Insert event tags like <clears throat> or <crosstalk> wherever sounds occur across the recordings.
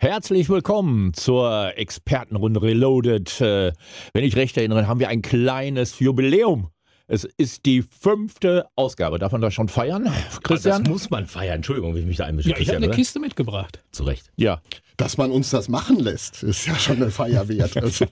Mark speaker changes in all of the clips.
Speaker 1: Herzlich willkommen zur Expertenrunde Reloaded. Äh, Wenn ich recht erinnere, haben wir ein kleines Jubiläum. Es ist die fünfte Ausgabe. Darf man das schon feiern,
Speaker 2: Das
Speaker 1: Christian?
Speaker 2: muss man feiern. Entschuldigung, wie ich mich da einmische.
Speaker 3: Ja, ich habe
Speaker 2: Christian,
Speaker 3: eine
Speaker 2: oder?
Speaker 3: Kiste mitgebracht.
Speaker 2: Zu Recht.
Speaker 1: Ja.
Speaker 4: Dass man uns das machen lässt, ist ja schon eine Feier
Speaker 1: <laughs>
Speaker 4: wert. Also,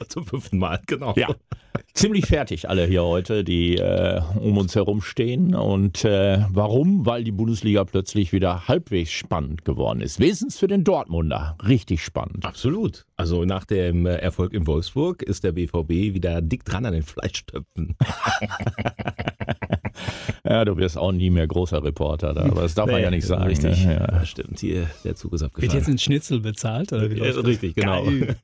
Speaker 2: <laughs> Zum fünften Mal, genau.
Speaker 1: Ja, <laughs> ziemlich fertig alle hier heute, die äh, um uns herum stehen. Und äh, warum? Weil die Bundesliga plötzlich wieder halbwegs spannend geworden ist. Wesens für den Dortmunder. Richtig spannend.
Speaker 2: Absolut. Also nach dem äh, Erfolg in Wolfsburg ist der BVB wieder dick dran an den Fleischtöpfen.
Speaker 1: Ja, du wirst auch nie mehr großer Reporter da, aber das darf man ja nicht sagen.
Speaker 2: Richtig.
Speaker 1: Ne?
Speaker 2: Ja. Stimmt, hier, der Zug ist
Speaker 3: Wird jetzt
Speaker 2: abgefahren.
Speaker 3: ein Schnitzel bezahlt? Oder wie
Speaker 2: Ja,
Speaker 3: läuft das?
Speaker 2: richtig, genau.
Speaker 3: Geil.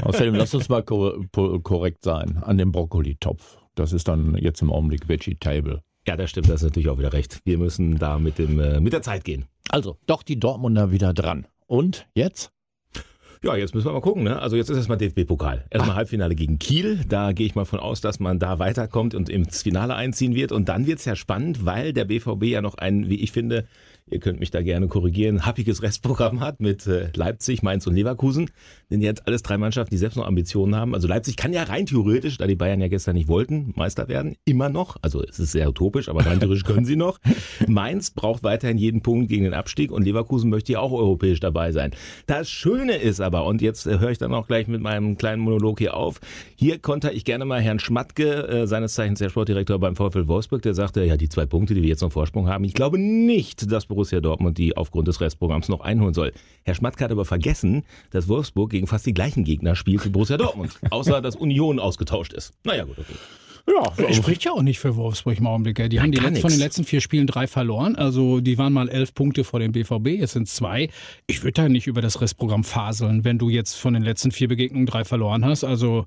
Speaker 1: Außerdem, lass uns mal ko po- korrekt sein an dem Brokkolitopf. Das ist dann jetzt im Augenblick Vegetable.
Speaker 2: Ja, das stimmt, das ist natürlich auch wieder recht. Wir müssen da mit, dem, äh, mit der Zeit gehen.
Speaker 1: Also, doch die Dortmunder wieder dran. Und jetzt?
Speaker 2: Ja, jetzt müssen wir mal gucken. Ne? Also jetzt ist erstmal DFB-Pokal. Erstmal Halbfinale gegen Kiel. Da gehe ich mal von aus, dass man da weiterkommt und ins Finale einziehen wird. Und dann wird's ja spannend, weil der BVB ja noch ein, wie ich finde, ihr könnt mich da gerne korrigieren, happiges Restprogramm hat mit äh, Leipzig, Mainz und Leverkusen. Denn jetzt alles drei Mannschaften, die selbst noch Ambitionen haben. Also Leipzig kann ja rein theoretisch, da die Bayern ja gestern nicht wollten, Meister werden. Immer noch. Also es ist sehr utopisch, aber rein theoretisch können sie noch. Mainz braucht weiterhin jeden Punkt gegen den Abstieg und Leverkusen möchte ja auch europäisch dabei sein. Das Schöne ist aber, und jetzt äh, höre ich dann auch gleich mit meinem kleinen Monolog hier auf, hier konnte ich gerne mal Herrn Schmatke, äh, seines Zeichens der Sportdirektor beim VfL Wolfsburg, der sagte, ja, die zwei Punkte, die wir jetzt noch Vorsprung haben, ich glaube nicht, dass Borussia Dortmund die aufgrund des Restprogramms noch einholen soll. Herr Schmatke hat aber vergessen, dass Wolfsburg gegen fast die gleichen Gegner spielt wie Borussia Dortmund, außer dass Union ausgetauscht ist. Naja, gut, okay.
Speaker 1: Ja,
Speaker 3: Spricht ja auch nicht für Wolfsburg im Augenblick. gell? Die haben die
Speaker 2: also gar
Speaker 3: letzten, von den
Speaker 2: nix.
Speaker 3: letzten vier Spielen drei verloren. Also die waren mal elf Punkte vor dem BVB, jetzt sind zwei. Ich würde da nicht über das Restprogramm faseln, wenn du jetzt von den letzten vier Begegnungen drei verloren hast. Also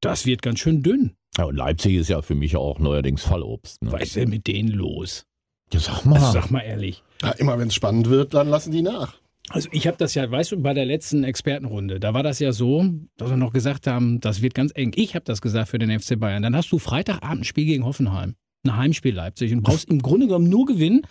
Speaker 3: das wird ganz schön dünn.
Speaker 1: ja, und Leipzig ist ja für mich auch neuerdings Fallobst. Ne?
Speaker 3: Was ist denn mit denen los?
Speaker 1: Ja, sag mal.
Speaker 3: Also sag mal ehrlich.
Speaker 4: ja, immer wenn es spannend wird, dann lassen die nach.
Speaker 3: Also ich habe das ja, weißt du, bei der letzten Expertenrunde, da war das ja so, dass wir noch gesagt haben, das wird ganz eng. Ich habe das gesagt für den FC Bayern. Dann hast du Freitagabend ein Spiel gegen Hoffenheim, ein Heimspiel Leipzig und brauchst im Grunde genommen nur gewinnen.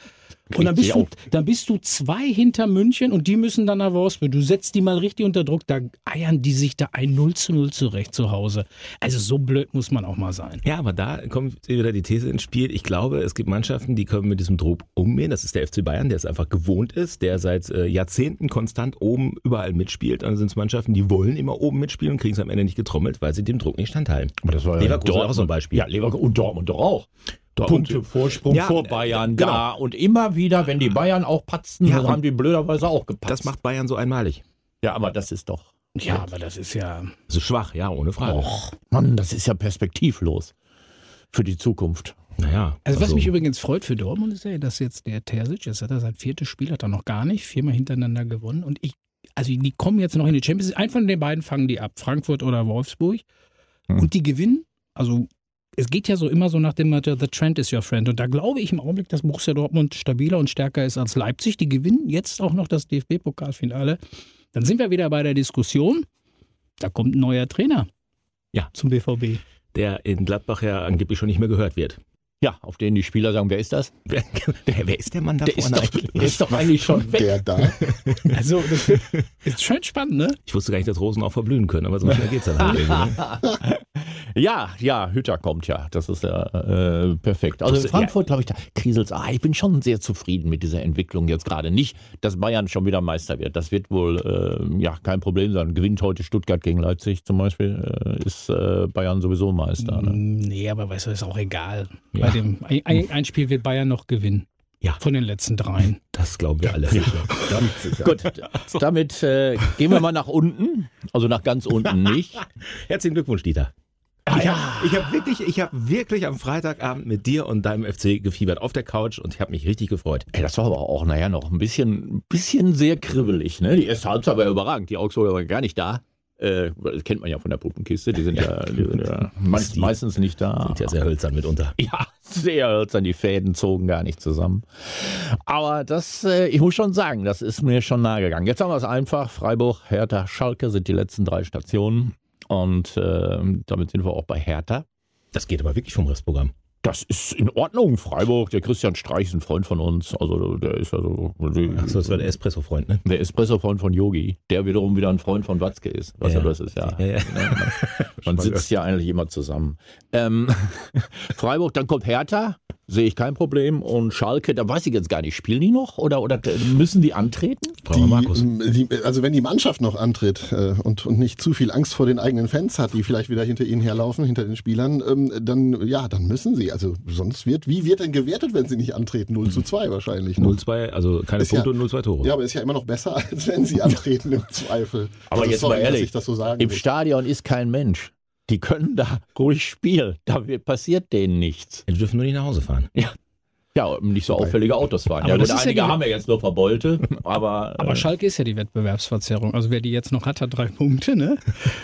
Speaker 3: Und dann bist, du, dann bist du zwei hinter München und die müssen dann nach Wolfsburg. Du setzt die mal richtig unter Druck, da eiern die sich da ein 0 zu 0 zurecht zu Hause. Also so blöd muss man auch mal sein.
Speaker 2: Ja, aber da kommt wieder die These ins Spiel. Ich glaube, es gibt Mannschaften, die können mit diesem Druck umgehen. Das ist der FC Bayern, der es einfach gewohnt ist, der seit äh, Jahrzehnten konstant oben überall mitspielt. Dann sind es Mannschaften, die wollen immer oben mitspielen und kriegen es am Ende nicht getrommelt, weil sie dem Druck nicht standhalten.
Speaker 1: Aber das war ja
Speaker 2: Leverkusen
Speaker 1: Dortmund-
Speaker 2: auch so ein Beispiel.
Speaker 1: Ja, Leverkusen und Dortmund doch auch.
Speaker 2: Dortmund-
Speaker 1: Punkte Vorsprung
Speaker 2: Ja,
Speaker 1: vor
Speaker 2: äh,
Speaker 1: Bayern
Speaker 2: genau.
Speaker 1: da. Und immer wieder, wenn die Bayern auch patzen,
Speaker 2: Ja,
Speaker 1: dann haben die blöderweise auch gepatzt.
Speaker 2: Das macht Bayern so einmalig.
Speaker 1: ja, aber das ist doch.
Speaker 3: Ja, aber das ist ja...
Speaker 2: So schwach, ja, ohne Frage.
Speaker 1: Och, Mann, das ist ja perspektivlos für die Zukunft.
Speaker 2: Naja.
Speaker 3: Also, was mich übrigens freut für Dortmund ist ja, dass jetzt der Terzic, jetzt hat er sein viertes Spiel, hat er noch gar nicht, viermal hintereinander gewonnen. Und ich, also die kommen jetzt noch in die Champions League. Einen von den beiden fangen die ab, Frankfurt oder Wolfsburg. Und die gewinnen. Also es geht ja so immer so nach dem Motto, the trend is your friend. Und da glaube ich im Augenblick, dass Borussia Dortmund stabiler und stärker ist als Leipzig. Die gewinnen jetzt auch noch das DFB-Pokalfinale. Dann sind wir wieder bei der Diskussion. Da kommt ein neuer Trainer.
Speaker 2: Ja.
Speaker 3: Zum BVB.
Speaker 2: der in Gladbach ja angeblich schon nicht mehr gehört wird.
Speaker 1: Ja, auf denen die Spieler sagen, wer ist das?
Speaker 2: <laughs> Wer, wer ist der Mann da
Speaker 1: Der ist
Speaker 2: vorne
Speaker 1: doch,
Speaker 2: eigentlich?
Speaker 1: der ist doch eigentlich schon weg.
Speaker 4: Der da.
Speaker 1: <laughs>
Speaker 3: Also, das wird- ist schon spannend, ne?
Speaker 2: Ich wusste gar nicht, dass Rosen auch verblühen können, aber so schnell geht's dann <laughs> halt. irgendwie, ne?
Speaker 1: Ja, ja, Hütter kommt ja. Das ist ja äh, perfekt. Also in
Speaker 2: Das-
Speaker 1: Frankfurt, glaube ich, da kriselt's. Ah, ich bin schon sehr zufrieden mit dieser Entwicklung jetzt gerade. Nicht, dass Bayern schon wieder Meister wird. Das wird wohl äh, ja kein Problem sein. Gewinnt heute Stuttgart gegen Leipzig zum Beispiel, äh, ist äh, Bayern sowieso Meister. Ne?
Speaker 3: Mm, Nee, aber weißt du, ist auch egal. Bei dem, ein, ein Spiel wird Bayern noch gewinnen.
Speaker 2: Ja.
Speaker 3: Von den letzten dreien.
Speaker 2: Das glauben wir alle.
Speaker 4: Verdammt
Speaker 1: <laughs>
Speaker 4: sicher.
Speaker 1: Gut, damit äh, gehen wir mal nach unten. Also nach ganz unten <laughs> nicht.
Speaker 2: Herzlichen Glückwunsch, Dieter. Ich habe ich hab wirklich, ich hab wirklich am Freitagabend mit dir und deinem FC gefiebert auf der Couch und ich habe mich richtig gefreut.
Speaker 1: Ey, das war aber auch, naja, noch ein bisschen, ein bisschen sehr kribbelig. Ne? Die erste Halbzeit war ja überragend. Die Augsburger waren gar nicht da. Äh, das kennt man ja von der Puppenkiste. Die sind ja, die sind ja meist,
Speaker 2: <laughs> Die
Speaker 1: meistens nicht da.
Speaker 2: Sind ja sehr hölzern mitunter.
Speaker 1: Ja, sehr hölzern. Die Fäden zogen gar nicht zusammen. Aber das, äh, ich muss schon sagen, das ist mir schon nahe gegangen. Jetzt haben wir es einfach. Freiburg, Hertha, Schalke sind die letzten drei Stationen. Und äh, damit sind wir auch bei Hertha.
Speaker 2: Das geht aber wirklich vom Restprogramm.
Speaker 1: Das ist in Ordnung, Freiburg. Der Christian Streich ist ein Freund von uns. Also der ist also
Speaker 2: Achso, das war der Espresso-Freund, ne?
Speaker 1: der Espresso-Freund von Yogi, der wiederum wieder ein Freund von Watzke ist. Was ja, das ist, ja.
Speaker 2: <laughs> ja, ja.
Speaker 1: Man sitzt ja eigentlich immer zusammen. Ähm, <laughs> Freiburg, dann kommt Hertha, sehe ich kein Problem. Und Schalke, da weiß ich jetzt gar nicht, spielen die noch oder, oder müssen die antreten?
Speaker 2: Frau Markus.
Speaker 4: Die, die, also wenn die Mannschaft noch antritt äh, und, und nicht zu viel Angst vor den eigenen Fans hat, die vielleicht wieder hinter ihnen herlaufen, hinter den Spielern, ähm, dann ja, dann müssen sie. Also sonst wird, wie wird denn gewertet, wenn sie nicht antreten? 0 zu 2 wahrscheinlich. ne?
Speaker 2: 0-2, also keine
Speaker 4: Ist
Speaker 2: Punkte
Speaker 4: ja-
Speaker 2: und 0-2 Tore.
Speaker 4: Ja, aber ist ja immer noch besser, <laughs> als wenn sie antreten im Zweifel.
Speaker 1: Aber
Speaker 4: Also
Speaker 1: jetzt
Speaker 4: sorry,
Speaker 1: mal ehrlich,
Speaker 4: dass ich das so sagen
Speaker 1: Im
Speaker 4: muss.
Speaker 1: Stadion ist kein Mensch. Die können da ruhig spielen. Da wird, passiert denen nichts.
Speaker 2: Die dürfen nur nicht nach Hause fahren.
Speaker 1: Ja, nicht so auffällige Autos fahren.
Speaker 3: Aber
Speaker 1: ja,
Speaker 3: das
Speaker 1: gut,
Speaker 3: ist ja
Speaker 1: einige
Speaker 3: die-
Speaker 1: haben ja jetzt nur Verbolte, aber,
Speaker 3: Aber
Speaker 1: äh,
Speaker 3: Schalke ist ja die Wettbewerbsverzerrung. Also wer die jetzt noch hat, hat drei Punkte, ne?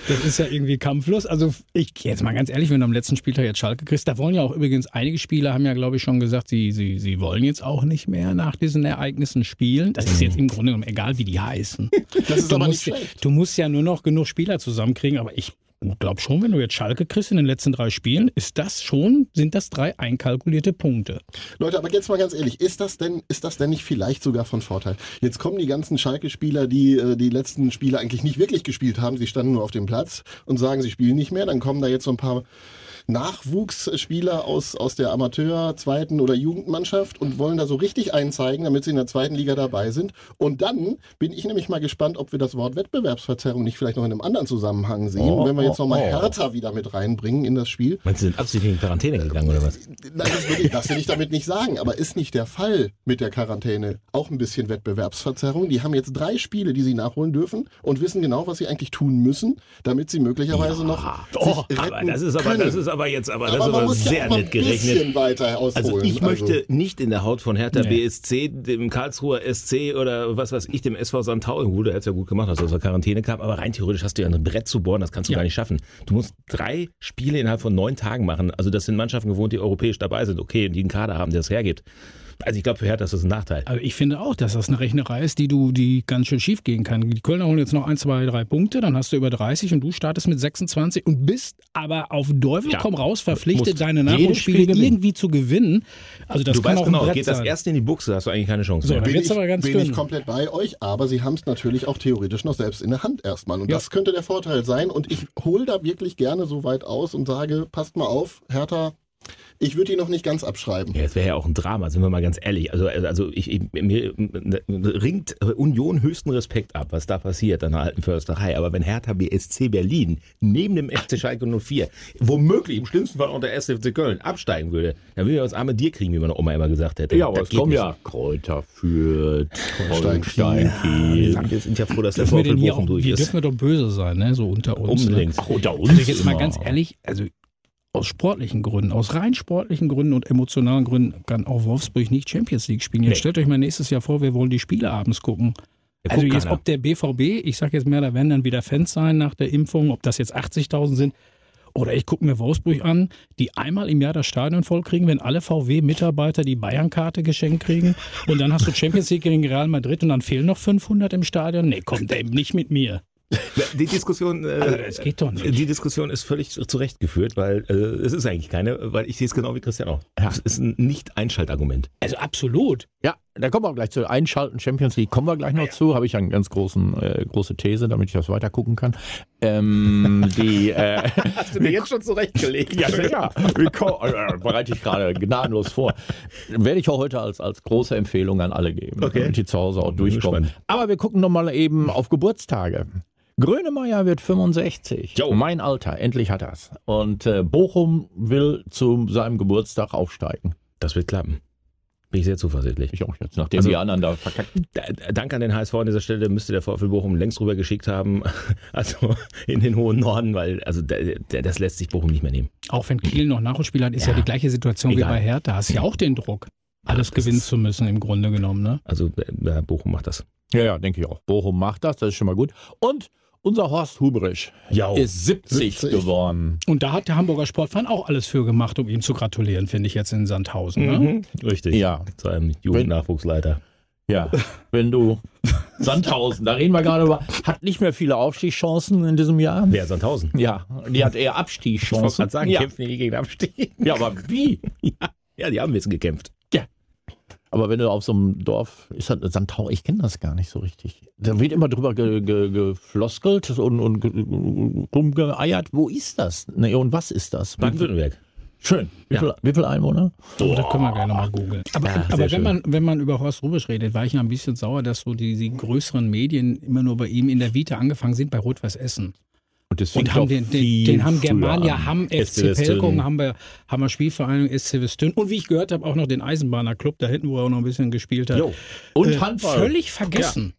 Speaker 3: Das ist ja irgendwie kampflos. Also ich gehe jetzt mal ganz ehrlich, wenn du am letzten Spieltag jetzt Schalke kriegst, da wollen ja auch übrigens einige Spieler haben ja, glaube ich, schon gesagt, sie, sie, sie wollen jetzt auch nicht mehr nach diesen Ereignissen spielen. Das ist jetzt im Grunde genommen egal, wie die heißen.
Speaker 4: Das ist
Speaker 3: Du
Speaker 4: aber nicht
Speaker 3: musst, ja-
Speaker 4: schlecht.
Speaker 3: du musst ja nur noch genug Spieler zusammenkriegen, aber ich glaube schon, wenn du jetzt Schalke kriegst in den letzten drei Spielen, ist das schon, sind das drei einkalkulierte Punkte.
Speaker 4: Leute, aber jetzt mal ganz ehrlich, ist das denn, ist das denn nicht vielleicht sogar von Vorteil? Jetzt kommen die ganzen Schalke-Spieler, die äh, die letzten Spiele eigentlich nicht wirklich gespielt haben, sie standen nur auf dem Platz und sagen, sie spielen nicht mehr. Dann kommen da jetzt so ein paar Nachwuchsspieler aus, aus der Amateur-, zweiten oder Jugendmannschaft und wollen da so richtig einzeigen, damit sie in der zweiten Liga dabei sind. Und dann bin ich nämlich mal gespannt, ob wir das Wort Wettbewerbsverzerrung nicht vielleicht noch in einem anderen Zusammenhang sehen.
Speaker 1: Oh,
Speaker 4: und wenn wir jetzt
Speaker 1: oh,
Speaker 4: nochmal
Speaker 1: oh.
Speaker 4: Hertha wieder mit reinbringen in das Spiel,
Speaker 2: Meinst du, sind absichtlich in Quarantäne gegangen oder was?
Speaker 4: Nein, das will, ich, das will ich damit nicht sagen, aber ist nicht der Fall mit der Quarantäne auch ein bisschen Wettbewerbsverzerrung? Die haben jetzt drei Spiele, die sie nachholen dürfen und wissen genau, was sie eigentlich tun müssen, damit sie möglicherweise noch
Speaker 2: Oh,
Speaker 4: sich retten
Speaker 2: aber das ist aber,
Speaker 4: können.
Speaker 2: das ist aber jetzt, aber,
Speaker 4: aber
Speaker 2: das ist
Speaker 4: man
Speaker 2: aber
Speaker 4: muss ja
Speaker 2: sehr
Speaker 4: auch mal ein
Speaker 2: nett gerechnet.
Speaker 4: bisschen weiter ausholen.
Speaker 2: Also ich möchte
Speaker 4: Also,
Speaker 2: nicht in der Haut von Hertha
Speaker 3: Nee.
Speaker 2: BSC, dem Karlsruher SC oder was weiß ich, dem SV Sandhausen. Gut, der hat es ja gut gemacht, als er aus der Quarantäne kam. Aber rein theoretisch hast du ja ein Brett zu bohren, das kannst du
Speaker 3: Ja.
Speaker 2: gar nicht schaffen. Du musst drei Spiele innerhalb von neun Tagen machen. Also das sind Mannschaften gewohnt, die europäisch dabei sind. Okay, die einen Kader haben, der es hergibt. Also ich glaube, für Hertha ist das ein Nachteil.
Speaker 3: Aber Also ich finde auch, dass das eine Rechnerei ist, die du, die ganz schön schief gehen kann. Die Kölner holen jetzt noch ein, zwei, drei Punkte, dann hast du über 30 und du startest mit 26 und bist aber auf Teufel
Speaker 2: Ja.
Speaker 3: komm raus verpflichtet,
Speaker 2: Musst
Speaker 3: deine
Speaker 1: jedes
Speaker 3: Nachholspiele
Speaker 1: Spiel gewinnen.
Speaker 3: irgendwie zu gewinnen. Also das
Speaker 2: du
Speaker 3: kann
Speaker 2: weißt
Speaker 3: auch ein
Speaker 2: genau,
Speaker 3: Brett
Speaker 2: geht
Speaker 3: sein.
Speaker 2: das erste in die Buchse, hast du eigentlich keine Chance
Speaker 3: So,
Speaker 2: mehr.
Speaker 3: dann
Speaker 4: bin
Speaker 3: wird's
Speaker 4: ich,
Speaker 3: aber ganz
Speaker 4: bin ich
Speaker 3: dünn.
Speaker 4: komplett bei euch, aber sie haben es natürlich auch theoretisch noch selbst in der Hand erstmal. Und
Speaker 3: Ja.
Speaker 4: das könnte der Vorteil sein. Und ich hole da wirklich gerne so weit aus und sage, passt mal auf, Hertha, ich würde die noch nicht ganz abschreiben.
Speaker 2: Ja, das wäre ja auch ein Drama, sind wir mal ganz ehrlich. Also, also ich, ich, mir ringt Union höchsten Respekt ab, was da passiert an der alten Försterei. Aber wenn Hertha BSC Berlin neben dem FC Schalke 04 womöglich im schlimmsten Fall auch der 1. FC Köln absteigen würde, dann würden wir uns arme Dir kriegen, wie meine Oma immer gesagt hätte.
Speaker 1: ja, aber
Speaker 2: Das
Speaker 1: es
Speaker 2: geht
Speaker 1: kommen
Speaker 2: nicht.
Speaker 1: ja Kräuter Fürth, Holstein Kiel.
Speaker 2: Wir sind ja froh, dass der
Speaker 3: Dürfen wir,
Speaker 2: VfL
Speaker 3: denn hier auch,
Speaker 2: Bochum durch
Speaker 3: wir
Speaker 2: ist. Um
Speaker 3: dürfen wir doch böse sein, ne? so unter uns. Ne?
Speaker 2: Unbedingt.
Speaker 1: Ach, unter uns
Speaker 3: Also jetzt mal
Speaker 1: immer.
Speaker 3: ganz ehrlich, also aus sportlichen Gründen, aus rein sportlichen Gründen und emotionalen Gründen kann auch Wolfsburg nicht Champions League spielen. Jetzt
Speaker 2: Nee.
Speaker 3: stellt euch mal nächstes Jahr vor, wir wollen die Spiele abends gucken.
Speaker 2: Ja,
Speaker 3: also
Speaker 2: guckt
Speaker 3: jetzt,
Speaker 2: keiner.
Speaker 3: ob der BVB, ich sag jetzt mehr, da werden dann wieder Fans sein nach der Impfung, ob das jetzt 80.000 sind. Oder ich gucke mir Wolfsburg an, die einmal im Jahr das Stadion voll kriegen, wenn alle VW-Mitarbeiter die Bayern-Karte geschenkt kriegen. Und dann hast du Champions League gegen Real Madrid und dann fehlen noch 500 im Stadion. Nee, kommt eben nicht mit mir.
Speaker 2: Die Diskussion, äh,
Speaker 3: Also, das geht doch nicht.
Speaker 2: Die Diskussion ist völlig zu Recht geführt, weil äh, es ist eigentlich keine, weil ich sehe es genau wie Christian auch. Es ist ein Nicht-Einschaltargument.
Speaker 3: Also absolut.
Speaker 1: Ja, da kommen wir gleich zu Einschalten Champions League. Kommen wir gleich noch zu. Habe ich eine ganz großen, äh, große These, damit ich das weiter gucken kann.
Speaker 2: <laughs>
Speaker 1: Ähm, die, äh,
Speaker 2: Hast du mir jetzt schon zurechtgelegt?
Speaker 1: ja, <laughs> sicher. Willkommen, äh, bereite ich gerade gnadenlos vor. Werde ich auch heute als, als große Empfehlung an alle geben,
Speaker 2: Okay.
Speaker 1: damit die zu Hause auch
Speaker 2: Bin
Speaker 1: durchkommen.
Speaker 2: gespannt.
Speaker 1: Aber wir gucken nochmal eben auf Geburtstage. Grönemeyer wird 65.
Speaker 2: Jo.
Speaker 1: Mein Alter, endlich hat er's. Und äh, Bochum will zu seinem Geburtstag aufsteigen.
Speaker 2: Das wird klappen. Bin ich sehr zuversichtlich.
Speaker 1: Ich auch jetzt, nachdem
Speaker 2: Also-
Speaker 1: die anderen da verkackt
Speaker 2: Da- da- Danke an den HSV an dieser Stelle, müsste der VfL Bochum längst rüber geschickt haben, <laughs> also in den hohen Norden, weil also da- da- das lässt sich Bochum nicht mehr nehmen.
Speaker 3: Auch wenn Kiel noch Nachholspiel hat, ist ja,
Speaker 2: Ja.
Speaker 3: die gleiche Situation
Speaker 2: Egal.
Speaker 3: wie bei Hertha. Hast ja auch den Druck, alles
Speaker 2: das
Speaker 3: gewinnen
Speaker 2: ist-
Speaker 3: zu müssen im Grunde genommen. Ne?
Speaker 2: Also ja, Bochum macht das.
Speaker 1: Ja, ja, denke ich auch. Bochum macht das, das ist schon mal gut. Und unser Horst Hubrisch
Speaker 2: Ja.
Speaker 1: ist 70,
Speaker 4: 70.
Speaker 1: geworden.
Speaker 3: Und da hat der Hamburger Sportverein auch alles für gemacht, um ihm zu gratulieren, finde ich jetzt in Sandhausen. Ne?
Speaker 2: Mhm. Richtig.
Speaker 1: Ja.
Speaker 2: Zu einem Jugendnachwuchsleiter.
Speaker 1: Ja, wenn du Sandhausen, da reden wir gerade über, hat nicht mehr viele Aufstiegschancen in diesem Jahr.
Speaker 2: Wer Sandhausen?
Speaker 1: Ja, die hat eher
Speaker 2: Ich wollte
Speaker 1: Abstiegschancen.
Speaker 2: gerade sagen,
Speaker 1: ja.
Speaker 2: kämpfen die gegen Abstieg. <laughs>
Speaker 1: ja, aber wie?
Speaker 2: Ja, die haben ein bisschen gekämpft.
Speaker 1: Aber wenn du auf so einem Dorf, ist das Sandhau, ich kenne das gar nicht so richtig. Da wird immer drüber ge, ge, gefloskelt und, und ge- rumgeeiert. Wo ist das? Nee, und was ist das?
Speaker 2: Baden-Württemberg.
Speaker 1: Schön. Wie,
Speaker 2: Ja.
Speaker 1: viel, wie viele Einwohner?
Speaker 3: Oh, da können wir gleich nochmal googeln. Aber,
Speaker 2: Ja, sehr
Speaker 3: aber
Speaker 2: schön.
Speaker 3: wenn, man, wenn man über Horst Rubisch redet, war ich ja ein bisschen sauer, dass so die, die größeren Medien immer nur bei ihm in der Vita angefangen sind, bei Rot-Weiß Essen.
Speaker 1: Und, das fängt
Speaker 3: Und haben
Speaker 1: doch
Speaker 3: den, den,
Speaker 1: viel
Speaker 3: den haben
Speaker 1: früher
Speaker 3: Germania,
Speaker 1: an.
Speaker 3: haben
Speaker 2: SC
Speaker 3: FC
Speaker 2: Westön.
Speaker 3: Pelkung, haben wir, haben wir Spielvereinigung SC Westön und wie ich gehört habe, auch noch den Eisenbahner Club da hinten, wo er auch noch ein bisschen gespielt hat.
Speaker 1: Jo. Und
Speaker 3: Äh,
Speaker 1: Handball.
Speaker 3: Völlig vergessen.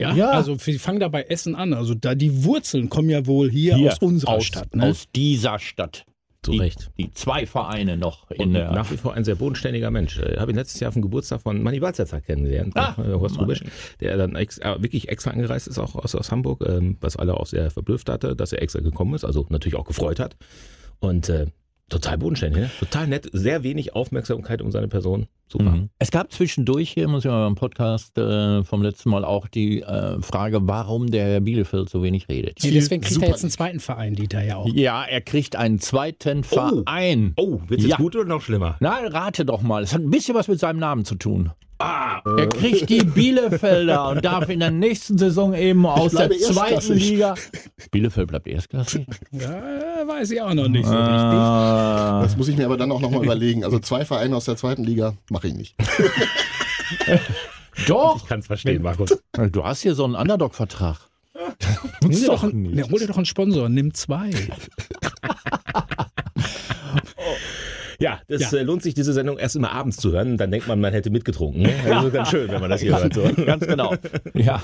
Speaker 3: Ja,
Speaker 1: Ja.
Speaker 3: also wir fangen da bei Essen an. Also da die Wurzeln kommen ja wohl hier,
Speaker 1: Hier,
Speaker 3: aus unserer
Speaker 1: aus,
Speaker 3: Stadt. Ne?
Speaker 1: Aus dieser Stadt.
Speaker 2: Zu
Speaker 1: die,
Speaker 2: Recht.
Speaker 1: Die zwei Vereine noch in
Speaker 2: Und
Speaker 1: der.
Speaker 2: nach wie vor ein sehr bodenständiger Mensch. Äh, Habe ihn letztes Jahr auf dem Geburtstag von Manni Balzertag kennengelernt,
Speaker 1: Ah,
Speaker 2: äh, Horst
Speaker 1: Mann.
Speaker 2: Rubisch, der dann ex äh, wirklich extra angereist ist, auch aus, aus Hamburg, ähm, was alle auch sehr verblüfft hatte, dass er extra gekommen ist, also natürlich auch gefreut hat. Und äh, total bodenständig, ne? total nett, sehr wenig Aufmerksamkeit um seine Person. Super.
Speaker 1: Mhm. Es gab zwischendurch hier, muss ich mal beim Podcast äh, vom letzten Mal auch die äh, Frage, warum der Herr Bielefeld so wenig redet.
Speaker 3: Ja, deswegen kriegt
Speaker 4: Super
Speaker 3: er jetzt einen zweiten Verein, Dieter, ja auch.
Speaker 1: Ja, er kriegt einen zweiten Verein.
Speaker 2: Oh, wird's
Speaker 1: Ja.
Speaker 2: jetzt gut oder noch schlimmer?
Speaker 1: Na, rate doch mal. Es hat ein bisschen was mit seinem Namen zu tun.
Speaker 2: Ah,
Speaker 1: Er kriegt die Bielefelder und darf in der nächsten Saison eben aus der
Speaker 4: bleibe
Speaker 1: zweiten
Speaker 4: erstklassig.
Speaker 1: Liga. Bielefeld bleibt erstklassig.
Speaker 3: Ja, weiß ich auch noch nicht so richtig.
Speaker 1: Ah,
Speaker 4: Das muss ich mir aber dann auch nochmal überlegen. Also zwei Vereine aus der zweiten Liga mache ich nicht.
Speaker 1: doch.
Speaker 2: Kann's verstehen, Markus.
Speaker 1: Du hast hier so einen Underdog-Vertrag.
Speaker 3: Nimm dir
Speaker 1: doch
Speaker 3: doch einen,
Speaker 1: nicht.
Speaker 3: ne, hol dir doch einen Sponsor, nimm zwei.
Speaker 2: Ja, das
Speaker 3: Ja.
Speaker 2: Äh, lohnt sich, diese Sendung erst immer abends zu hören. Dann denkt man, man hätte mitgetrunken. Ne? Also ganz schön, wenn man das hier hört. So.
Speaker 1: Ganz genau.
Speaker 2: <laughs>
Speaker 1: Ja.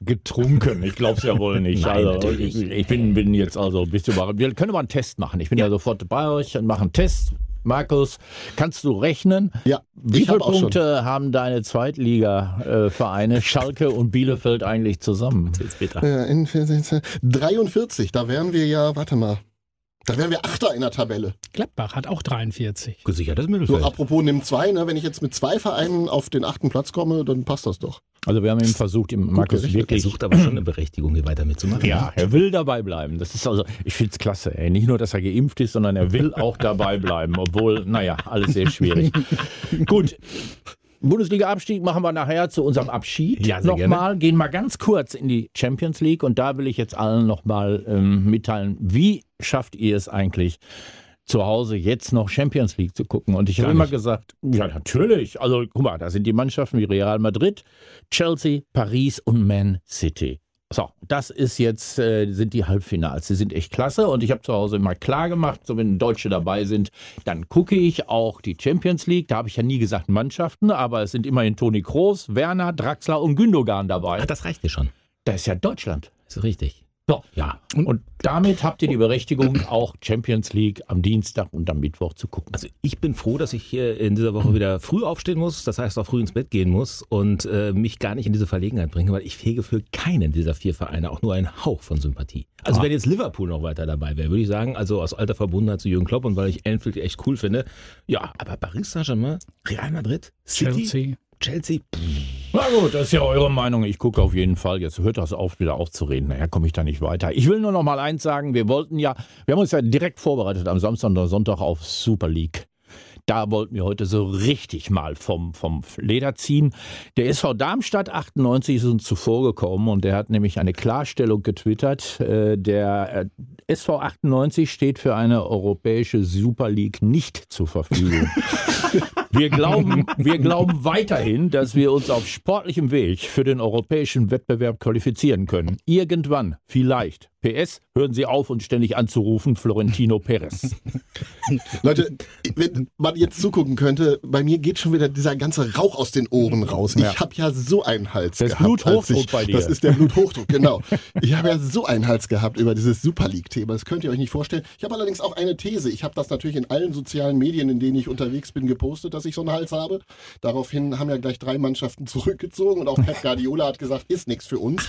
Speaker 1: Getrunken. Ich glaube es ja wohl nicht.
Speaker 2: Nein,
Speaker 1: also,
Speaker 2: natürlich.
Speaker 1: Ich, ich bin, bin jetzt also ein bisschen überrascht. Wir können aber einen Test machen. Ich bin ja, sofort bei euch und machen einen Test. Markus, kannst du rechnen?
Speaker 4: Ja,
Speaker 1: Wie
Speaker 4: ich
Speaker 1: viele
Speaker 4: habe auch schon.
Speaker 1: Punkte haben deine Zweitliga-Vereine Schalke und Bielefeld eigentlich zusammen?
Speaker 2: Jetzt bitte.
Speaker 4: Äh, in 43, da wären wir ja, warte mal. Da wären wir Achter in der Tabelle.
Speaker 3: Gladbach hat auch 43.
Speaker 2: Gesichertes
Speaker 4: So,
Speaker 2: Mittelfeld.
Speaker 4: apropos nimm zwei, ne? wenn ich jetzt mit zwei Vereinen auf den achten Platz komme, dann passt das doch.
Speaker 1: Also wir haben eben versucht, ihm Markus
Speaker 4: gerechnet.
Speaker 1: wirklich
Speaker 2: sucht <clears throat> aber schon eine Berechtigung, hier weiter mitzumachen.
Speaker 1: Ja, er will dabei bleiben. Das ist also, ich finde es klasse. Ey. Nicht nur, dass er geimpft ist, sondern er will auch dabei bleiben. Obwohl, naja, alles sehr
Speaker 2: <laughs>
Speaker 1: schwierig. Gut. Bundesliga-Abstieg machen wir nachher zu unserem Abschied
Speaker 2: Ja, sehr
Speaker 1: nochmal. Gehen mal ganz kurz in die Champions League und da will ich jetzt allen nochmal ähm, mitteilen, wie schafft ihr es eigentlich, zu Hause jetzt noch Champions League zu gucken? Und ich habe
Speaker 2: Gar
Speaker 1: immer
Speaker 2: nicht.
Speaker 1: gesagt, ja natürlich. Also guck mal, da sind die Mannschaften wie Real Madrid, Chelsea, Paris und Man City. So, das ist jetzt, äh, sind die Halbfinals. Die sind echt klasse und ich habe zu Hause immer klar gemacht, so wenn Deutsche dabei sind, dann gucke ich auch die Champions League. Da habe ich ja nie gesagt Mannschaften, aber es sind immerhin Toni Kroos, Werner, Draxler und Gündogan dabei.
Speaker 2: Ach, das reicht dir schon.
Speaker 1: Da ist ja Deutschland.
Speaker 2: Ist richtig.
Speaker 1: So.
Speaker 2: Ja.
Speaker 1: Und, und damit habt ihr die Berechtigung, auch Champions League am Dienstag und am Mittwoch zu gucken.
Speaker 2: Also ich bin froh, dass ich hier in dieser Woche wieder früh aufstehen muss, das heißt auch früh ins Bett gehen muss und äh, mich gar nicht in diese Verlegenheit bringe, weil ich hege für keinen dieser vier Vereine auch nur einen Hauch von Sympathie. Also wenn jetzt Liverpool noch weiter dabei wäre, würde ich sagen, also aus alter Verbundenheit zu Jürgen Klopp und weil ich Anfield echt cool finde. Ja, aber Paris Saint-Germain, Real Madrid, City, Chelsea,
Speaker 3: Chelsea.
Speaker 2: pff,
Speaker 1: Na gut, das ist ja eure Meinung. Ich gucke auf jeden Fall. Jetzt hört das auf, wieder aufzureden. Naja, komme ich da nicht weiter. Ich will nur noch mal eins sagen. Wir wollten ja, wir haben uns ja direkt vorbereitet am Samstag oder Sonntag auf Super League. Da wollten wir heute so richtig mal vom, vom Leder ziehen. Der SV Darmstadt 98 ist uns zuvor gekommen und der hat nämlich eine Klarstellung getwittert. Äh, Der äh, SV 98 steht für eine europäische Super League nicht zur Verfügung. Wir glauben, wir glauben weiterhin, dass wir uns auf sportlichem Weg für den europäischen Wettbewerb qualifizieren können. Irgendwann, vielleicht. PS, hören Sie auf, uns ständig anzurufen, Florentino Perez.
Speaker 4: Leute, wenn man jetzt zugucken könnte, bei mir geht schon wieder dieser ganze Rauch aus den Ohren raus. Ich habe ja so einen Hals
Speaker 1: Das ist
Speaker 4: gehabt. als
Speaker 1: Bluthochdruck
Speaker 4: ich,
Speaker 1: bei dir.
Speaker 4: Das ist der Bluthochdruck, genau. ich habe ja so einen Hals gehabt über dieses Super League-Thema. Das könnt ihr euch nicht vorstellen. Ich habe allerdings auch eine These. Ich habe das natürlich in allen sozialen Medien, in denen ich unterwegs bin, gepostet, dass dass ich so einen Hals habe. Daraufhin haben ja gleich drei Mannschaften zurückgezogen und auch Pep Guardiola hat gesagt, ist nichts für uns.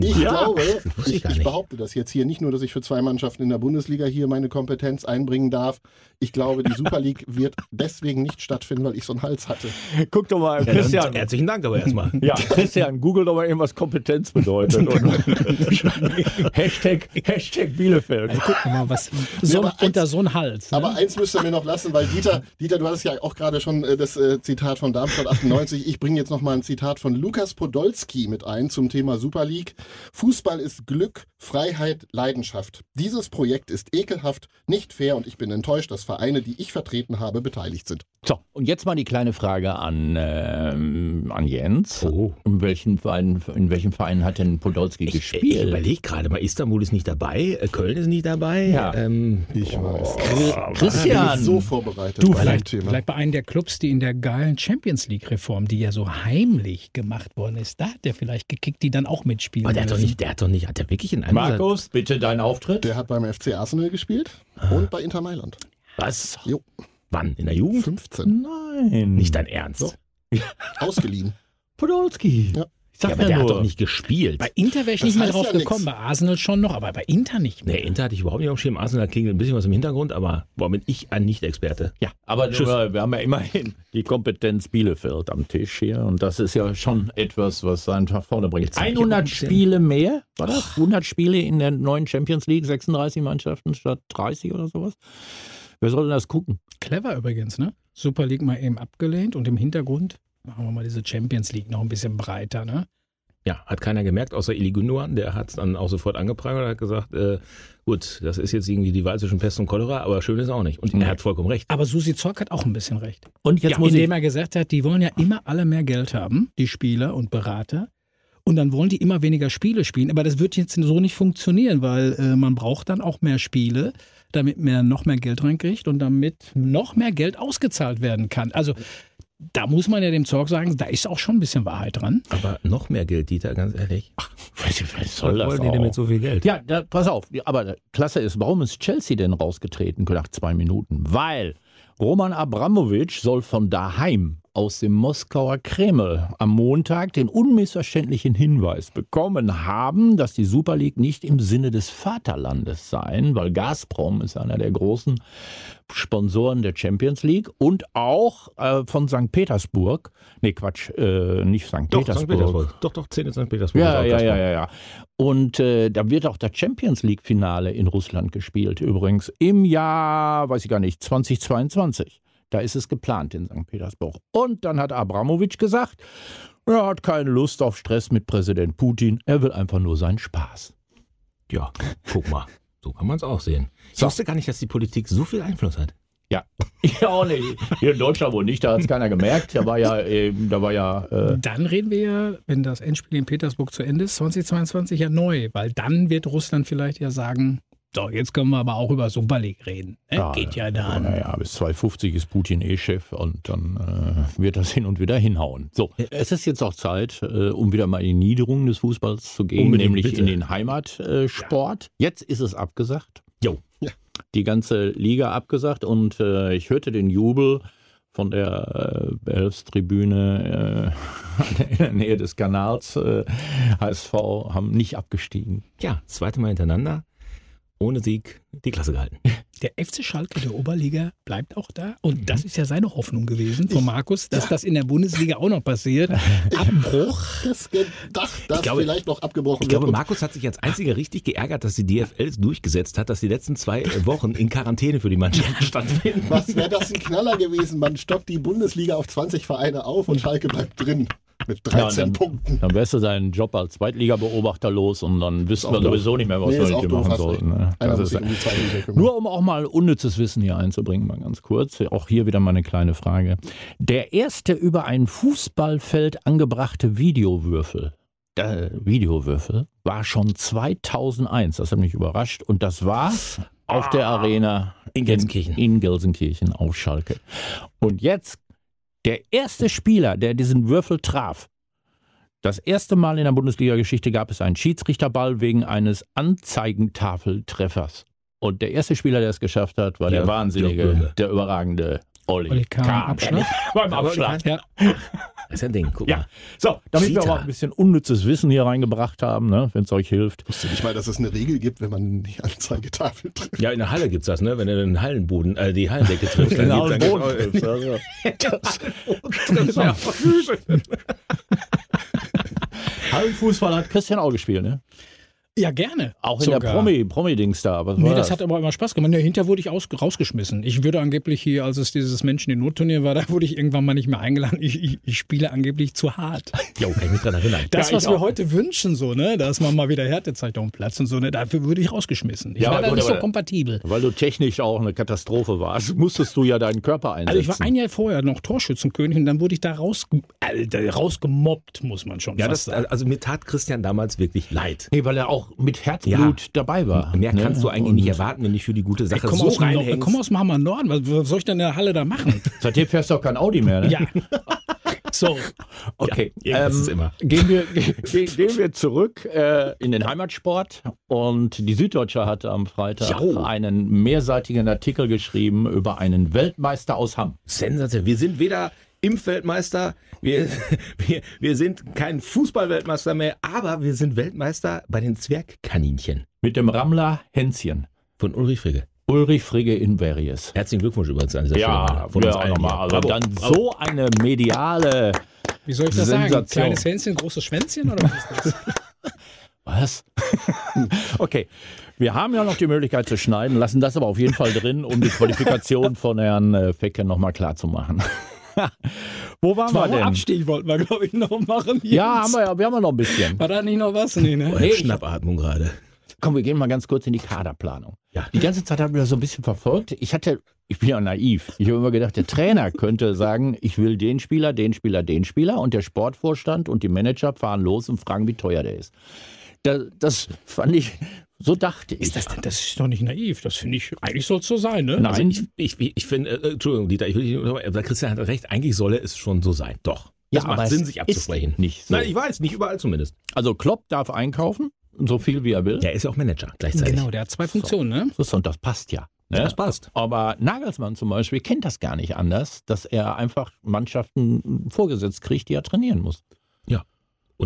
Speaker 4: Ich
Speaker 2: ja.
Speaker 4: glaube,
Speaker 2: Wusste ich
Speaker 4: ich,
Speaker 2: gar
Speaker 4: ich
Speaker 2: nicht.
Speaker 4: behaupte das jetzt hier nicht nur, dass ich für zwei Mannschaften in der Bundesliga hier meine Kompetenz einbringen darf. Ich glaube, die Super League wird deswegen nicht stattfinden, weil ich so einen Hals hatte.
Speaker 1: Guck doch mal,
Speaker 2: Ja, dann,
Speaker 1: Christian.
Speaker 2: herzlichen Dank aber <laughs> erstmal.
Speaker 1: äh, Ja, Christian, google doch mal eben, was Kompetenz bedeutet. Und Hashtag, Hashtag Bielefeld.
Speaker 3: Gucken wir mal, was. So,
Speaker 4: aber eins-
Speaker 3: unter so einen Hals. Ne?
Speaker 4: Aber eins müsst ihr mir noch lassen, weil Dieter, Dieter, du hattest ja auch gerade schon äh, das äh, Zitat von Darmstadt 98. Ich bringe jetzt noch mal ein Zitat von Lukas Podolski mit ein zum Thema Super League. Fußball ist Glück, Freiheit, Leidenschaft. Dieses Projekt ist ekelhaft, nicht fair und ich bin enttäuscht, dass Vereine, die ich vertreten habe, beteiligt sind.
Speaker 1: So, und jetzt mal die kleine Frage an, ähm, an Jens.
Speaker 2: Oh.
Speaker 1: In welchem Verein, in welchem Verein hat denn Podolski
Speaker 2: Ich,
Speaker 1: gespielt?
Speaker 2: ich überlege gerade mal, Istanbul ist nicht dabei, äh, Köln ist nicht dabei.
Speaker 1: Ja.
Speaker 2: Ähm,
Speaker 4: Oh, Ich weiß. Ich
Speaker 1: Christian,
Speaker 4: bin so vorbereitet
Speaker 3: Du,
Speaker 4: bei dem
Speaker 3: vielleicht,
Speaker 4: Thema.
Speaker 3: vielleicht bei einem der Clubs, die in der geilen Champions League-Reform, die ja so heimlich gemacht worden ist, da hat der vielleicht gekickt, die dann auch mitspielen.
Speaker 2: aber der hat doch
Speaker 3: dürfen.
Speaker 2: nicht, der hat doch nicht, hat der wirklich in einem
Speaker 1: Markus, bitte dein Auftritt.
Speaker 4: Der hat beim FC Arsenal gespielt und bei Inter Mailand.
Speaker 2: Was?
Speaker 4: Jo.
Speaker 2: Wann? In der Jugend?
Speaker 4: 15.
Speaker 1: Nein.
Speaker 2: Nicht dein Ernst.
Speaker 4: So. Ausgeliehen.
Speaker 1: Podolski.
Speaker 4: Ja.
Speaker 1: Ich sag
Speaker 2: Ja, aber
Speaker 1: ja,
Speaker 2: der hat
Speaker 1: nur.
Speaker 2: doch nicht gespielt.
Speaker 3: Bei Inter wäre ich
Speaker 4: Das
Speaker 3: nicht mal
Speaker 4: heißt
Speaker 3: drauf
Speaker 4: ja nix.
Speaker 3: gekommen, bei Arsenal schon noch, aber bei Inter nicht mehr.
Speaker 2: Nee, Inter hatte ich überhaupt nicht auf dem Schirm. Arsenal klingelt ein bisschen was im Hintergrund, aber boah, bin ich ein Nicht-Experte.
Speaker 1: Ja, aber
Speaker 2: Tschüss.
Speaker 1: nur, wir haben ja immerhin die Kompetenz Bielefeld am Tisch hier und das ist ja schon etwas, was einfach vorne bringt.
Speaker 2: Jetzt hab ich
Speaker 1: 100
Speaker 2: auch ein bisschen-
Speaker 1: Spiele mehr, war das? 100 Spiele in der neuen Champions League, 36 Mannschaften statt 30 oder sowas. Wer soll denn das gucken?
Speaker 3: Clever übrigens, ne? Super League mal eben abgelehnt und im Hintergrund machen wir mal diese Champions League noch ein bisschen breiter, ne?
Speaker 2: Ja, hat keiner gemerkt, außer Eli Gündogan. Der hat es dann auch sofort angeprangert und hat gesagt, äh, gut, das ist jetzt irgendwie die Wahl zwischen Pest und Cholera, aber schön ist auch nicht. Und
Speaker 1: Mhm.
Speaker 2: er hat vollkommen recht.
Speaker 3: Aber Susi Zorc hat auch ein bisschen recht.
Speaker 1: Und jetzt
Speaker 3: Ja,
Speaker 1: muss ich
Speaker 3: indem er gesagt hat, die wollen ja immer alle mehr Geld haben, die Spieler und Berater. Und dann wollen die immer weniger Spiele spielen. Aber das wird jetzt so nicht funktionieren, weil äh, man braucht dann auch mehr Spiele, damit man noch mehr Geld reinkriegt und damit noch mehr Geld ausgezahlt werden kann. Also da muss man ja dem Zorg sagen, da ist auch schon ein bisschen Wahrheit dran.
Speaker 2: Aber noch mehr Geld, Dieter, ganz ehrlich.
Speaker 1: was soll
Speaker 2: Was
Speaker 1: das
Speaker 2: wollen die denn
Speaker 1: auch?
Speaker 2: mit so viel Geld?
Speaker 1: Ja, da, pass auf. Ja, Aber klasse ist, warum ist Chelsea denn rausgetreten nach zwei Minuten? Weil Roman Abramowitsch soll von daheim aus dem Moskauer Kreml am Montag den unmissverständlichen Hinweis bekommen haben, dass die Super League nicht im Sinne des Vaterlandes seien, weil Gazprom ist einer der großen Sponsoren der Champions League und auch äh, von St. Petersburg. Nee, Quatsch, äh, nicht St.
Speaker 2: Doch,
Speaker 1: Petersburg.
Speaker 2: St. Petersburg. Doch, doch, 10 in St. Petersburg.
Speaker 1: Ja,
Speaker 2: Ist auch
Speaker 1: ja,
Speaker 2: das
Speaker 1: ja,
Speaker 2: Mal.
Speaker 1: ja, ja. Und äh, da wird auch das Champions League-Finale in Russland gespielt, übrigens im Jahr, weiß ich gar nicht, 2022. Da ist es geplant in St. Petersburg. Und dann hat Abramowitsch gesagt, er hat keine Lust auf Stress mit Präsident Putin, er will einfach nur seinen Spaß.
Speaker 2: Ja, guck mal. So kann man es auch sehen. Ich
Speaker 1: So.
Speaker 2: wusste gar nicht, dass die Politik so viel Einfluss hat.
Speaker 1: Ja, ja auch nicht. Hier in Deutschland wohl nicht, da hat es keiner gemerkt. Da war ja, eben, da war ja äh,
Speaker 3: Dann reden wir ja, wenn das Endspiel in Petersburg zu Ende ist, 2022 ja neu, weil dann wird Russland vielleicht ja sagen, so, jetzt können wir aber auch über Super League reden. Ne?
Speaker 1: Ja,
Speaker 3: Geht ja dann.
Speaker 1: Naja, bis 250 ist Putin eh Chef und dann äh, wird das <laughs> hin und wieder hinhauen. So, Äh, es ist jetzt auch Zeit, äh, um wieder mal in die Niederung des Fußballs zu gehen,
Speaker 2: Unbedingt,
Speaker 1: nämlich
Speaker 2: bitte.
Speaker 1: in den Heimatsport. Jetzt ist es abgesagt.
Speaker 2: Jo.
Speaker 4: Ja.
Speaker 1: Die ganze Liga abgesagt und äh, ich hörte den Jubel von der äh, Elfstribüne äh, <laughs> in der Nähe des Kanals. Äh, HSV haben nicht abgestiegen.
Speaker 2: Ja, das zweite Mal hintereinander. Ohne Sieg die Klasse gehalten.
Speaker 3: Der FC Schalke der Oberliga bleibt auch da.
Speaker 1: Mhm.
Speaker 3: Und das ist ja seine Hoffnung gewesen von Markus, dass das in der Bundesliga auch noch passiert. Abbruch.
Speaker 4: Das gedacht, dass
Speaker 2: glaube-
Speaker 4: vielleicht noch abgebrochen
Speaker 2: Ich glaube,
Speaker 4: wird. Und
Speaker 2: Markus hat sich als einziger richtig geärgert, dass die DFL es durchgesetzt hat, dass die letzten zwei äh, Wochen in Quarantäne für die Mannschaft stattfinden.
Speaker 4: Was wäre das ein Knaller gewesen? Man stockt die Bundesliga auf 20 Vereine auf und Schalke bleibt drin. Mit 13
Speaker 1: dann-
Speaker 4: Punkten.
Speaker 1: Dann wärst du deinen Job als Zweitligabeobachter los und dann wüssten
Speaker 4: auch
Speaker 1: wir
Speaker 4: doof.
Speaker 1: sowieso nicht mehr, was
Speaker 4: Nee, ist
Speaker 1: wir
Speaker 4: auch
Speaker 1: hier
Speaker 4: doof,
Speaker 1: machen
Speaker 4: hast recht.
Speaker 1: sollten. ne?
Speaker 4: Einer
Speaker 1: Das
Speaker 4: muss
Speaker 1: ist-
Speaker 4: sich um die zweite
Speaker 1: <laughs>
Speaker 4: Liga kümmern.
Speaker 1: Nur um auch mal unnützes Wissen hier einzubringen, mal ganz kurz. Auch hier wieder mal eine kleine Frage. Der erste über ein Fußballfeld angebrachte Videowürfel, äh, Videowürfel, war schon 2001. Das hat mich überrascht. Und das war auf der Arena
Speaker 2: In Gelsenkirchen.
Speaker 1: In, in Gelsenkirchen auf Schalke. Und jetzt der erste Spieler, der diesen Würfel traf, das erste Mal in der Bundesliga-Geschichte gab es einen Schiedsrichterball wegen eines Anzeigentafeltreffers. Und der erste Spieler, der es geschafft hat, war
Speaker 2: Ja,
Speaker 1: der wahnsinnige,
Speaker 2: Dirk Böhme.
Speaker 1: der überragende Olli
Speaker 3: Olli Kahn Abschlag.
Speaker 1: Beim
Speaker 2: Aber-
Speaker 1: Abschlag.
Speaker 3: Ja,
Speaker 2: Das ist ja ein Ding, guck
Speaker 1: Ja,
Speaker 2: mal.
Speaker 1: so, damit wir
Speaker 2: Cheetah.
Speaker 1: aber auch ein bisschen unnützes Wissen hier reingebracht haben, ne, wenn es euch hilft.
Speaker 4: Wusste nicht mal, dass es eine Regel gibt, wenn man die Anzeigetafel drückt.
Speaker 2: Ja, in der Halle gibt's das, ne? Wenn du den Hallenboden, äh, die Hallendecke triffst, dann
Speaker 1: <laughs> Genau,
Speaker 2: gibt's
Speaker 1: Boden.
Speaker 2: dann <laughs>
Speaker 1: genau. Hallenfußball hat Christian auch gespielt, ne?
Speaker 3: ja gerne.
Speaker 1: Auch in der
Speaker 3: Sogar.
Speaker 1: Promi, Promi-Dings da. Was
Speaker 3: Nee,
Speaker 1: war
Speaker 3: das hat aber immer Spaß gemacht. Dahinter wurde ich aus, rausgeschmissen. Ich würde angeblich hier, als es dieses Menschen in Notturnier war, da wurde ich irgendwann mal nicht mehr eingeladen. Ich, ich, ich spiele angeblich zu
Speaker 1: <laughs>
Speaker 3: hart.
Speaker 2: Jo, kann ich mich dran erinnern.
Speaker 3: Das,
Speaker 1: Ja, ich
Speaker 3: was wir
Speaker 1: auch.
Speaker 3: heute wünschen, so, ne, dass man mal wieder Härtezeit auf dem Platz und so, ne, dafür würde ich rausgeschmissen. Ich
Speaker 1: Ja,
Speaker 3: war
Speaker 1: aber
Speaker 3: da
Speaker 1: gut,
Speaker 3: nicht so
Speaker 1: aber-
Speaker 3: kompatibel.
Speaker 1: Weil du technisch auch eine Katastrophe warst, musstest du ja deinen Körper einsetzen.
Speaker 3: Also ich war ein Jahr vorher noch Torschützenkönig und dann wurde ich da raus, äh, rausgemobbt, muss man schon
Speaker 2: Ja,
Speaker 3: fast
Speaker 2: das,
Speaker 3: sagen.
Speaker 2: also mir tat Christian damals wirklich leid.
Speaker 1: Nee, weil er auch mit Herzblut dabei war.
Speaker 2: Mehr
Speaker 1: ne?
Speaker 2: kannst du eigentlich
Speaker 1: Und
Speaker 2: nicht erwarten, wenn du dich für die gute Sache
Speaker 3: Ich komme
Speaker 2: also so
Speaker 3: aus, dem Nor- ich
Speaker 2: reinhängst.
Speaker 3: komm aus dem Hammer Norden, was, was soll ich denn in der Halle da machen?
Speaker 1: Seitdem fährst du auch kein Audi mehr, ne?
Speaker 3: ja. So,
Speaker 1: Okay,
Speaker 2: Ja, irgendwas ist immer.
Speaker 1: Gehen, wir, ge- ge- ähm, gehen wir zurück äh, in den Heimatsport. Und die Süddeutsche hatte am Freitag
Speaker 2: Jo.
Speaker 1: einen mehrseitigen Artikel geschrieben über einen Weltmeister aus Hamm.
Speaker 2: Sensationell. Wir sind weder Impfweltmeister, wir, <laughs> wir, wir sind kein Fußballweltmeister mehr, aber wir sind Weltmeister bei den Zwergkaninchen
Speaker 1: Mit dem Rammler Hänzchen.
Speaker 2: von Ulrich Frigge.
Speaker 1: Ulrich Frigge in Veries.
Speaker 2: Herzlichen Glückwunsch übrigens an dieser Stelle.
Speaker 1: Ja,
Speaker 2: mal. von uns
Speaker 1: ja,
Speaker 2: allen.
Speaker 1: nochmal. Also
Speaker 2: Bravo,
Speaker 1: dann
Speaker 2: bravo.
Speaker 1: so eine mediale.
Speaker 3: wie soll ich das sagen?
Speaker 1: Sensation.
Speaker 3: Kleines Hänschen, großes Schwänzchen oder was ist das?
Speaker 1: Was? <laughs> okay. Wir haben ja noch die Möglichkeit zu schneiden, lassen das aber auf jeden Fall drin, um die Qualifikation von Herrn äh, Fecke nochmal klar zu machen. <laughs> Wo waren wir
Speaker 3: Warum
Speaker 1: denn?
Speaker 3: Abstieg wollten wir, glaube ich, noch machen. Jens.
Speaker 1: Ja, haben wir, ja, wir haben ja noch ein bisschen.
Speaker 3: War da nicht noch was? Nee, ne?
Speaker 2: Oh, ich hab Schnappatmung gerade.
Speaker 1: Komm, wir gehen mal ganz kurz in die Kaderplanung.
Speaker 2: Ja.
Speaker 1: Die ganze Zeit haben wir das so ein bisschen verfolgt. Ich hatte, ich bin ja naiv. Ich habe immer gedacht, der Trainer könnte sagen, ich will den Spieler, den Spieler, den Spieler und der Sportvorstand und die Manager fahren los und fragen, wie teuer der ist. Das, das fand ich, so dachte ich.
Speaker 3: Ist das denn, das ist doch nicht naiv. Das finde ich, eigentlich soll es so sein, ne?
Speaker 1: Nein,
Speaker 3: Also,
Speaker 2: Ich, ich, ich finde, äh, Entschuldigung, Dieter, ich will dich nicht unterbrechen, aber Christian hat recht, eigentlich solle es schon so sein. Doch.
Speaker 1: Ja,
Speaker 2: Das
Speaker 1: aber
Speaker 2: macht
Speaker 1: es
Speaker 2: Sinn, sich
Speaker 1: ist
Speaker 2: abzusprechen.
Speaker 1: nicht so.
Speaker 2: Nein, ich weiß, nicht überall zumindest.
Speaker 1: also Klopp darf einkaufen, so viel wie er will.
Speaker 2: Der ist ja auch Manager gleichzeitig.
Speaker 3: genau, der hat zwei Funktionen, ne?
Speaker 1: Das- Und das passt ja. Ne?
Speaker 2: Das passt.
Speaker 1: Aber Nagelsmann zum Beispiel kennt das gar nicht anders, dass er einfach Mannschaften vorgesetzt kriegt, die er trainieren muss.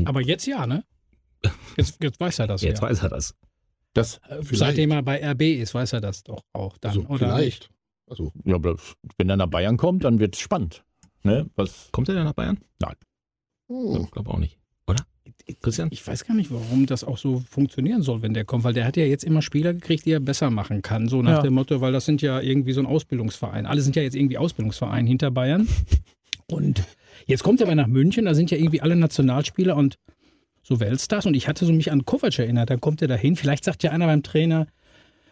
Speaker 3: Aber jetzt ja, ne? Jetzt, jetzt weiß er das
Speaker 2: Jetzt
Speaker 3: ja.
Speaker 2: weiß er das.
Speaker 1: Das
Speaker 3: Seitdem er bei RB ist, weiß er das doch auch dann,
Speaker 4: Also,
Speaker 3: oder?
Speaker 4: vielleicht. Also,
Speaker 1: Ja, aber wenn er nach Bayern kommt, dann wird es spannend. Ne? Was?
Speaker 2: Kommt er denn nach Bayern?
Speaker 4: hm.
Speaker 2: Ich glaube auch nicht. Oder? Christian?
Speaker 3: Ich weiß gar nicht, warum das auch so funktionieren soll, wenn der kommt, weil der hat ja jetzt immer Spieler gekriegt, die er besser machen kann, so nach
Speaker 1: Ja.
Speaker 3: dem Motto, weil das sind ja irgendwie so ein Ausbildungsverein. Alle sind ja jetzt irgendwie Ausbildungsverein hinter Bayern. Und jetzt kommt er aber nach München, da sind ja irgendwie alle Nationalspieler und so Weltstars. Und ich hatte so mich an Kovac erinnert, dann kommt er dahin. Vielleicht sagt ja einer beim Trainer,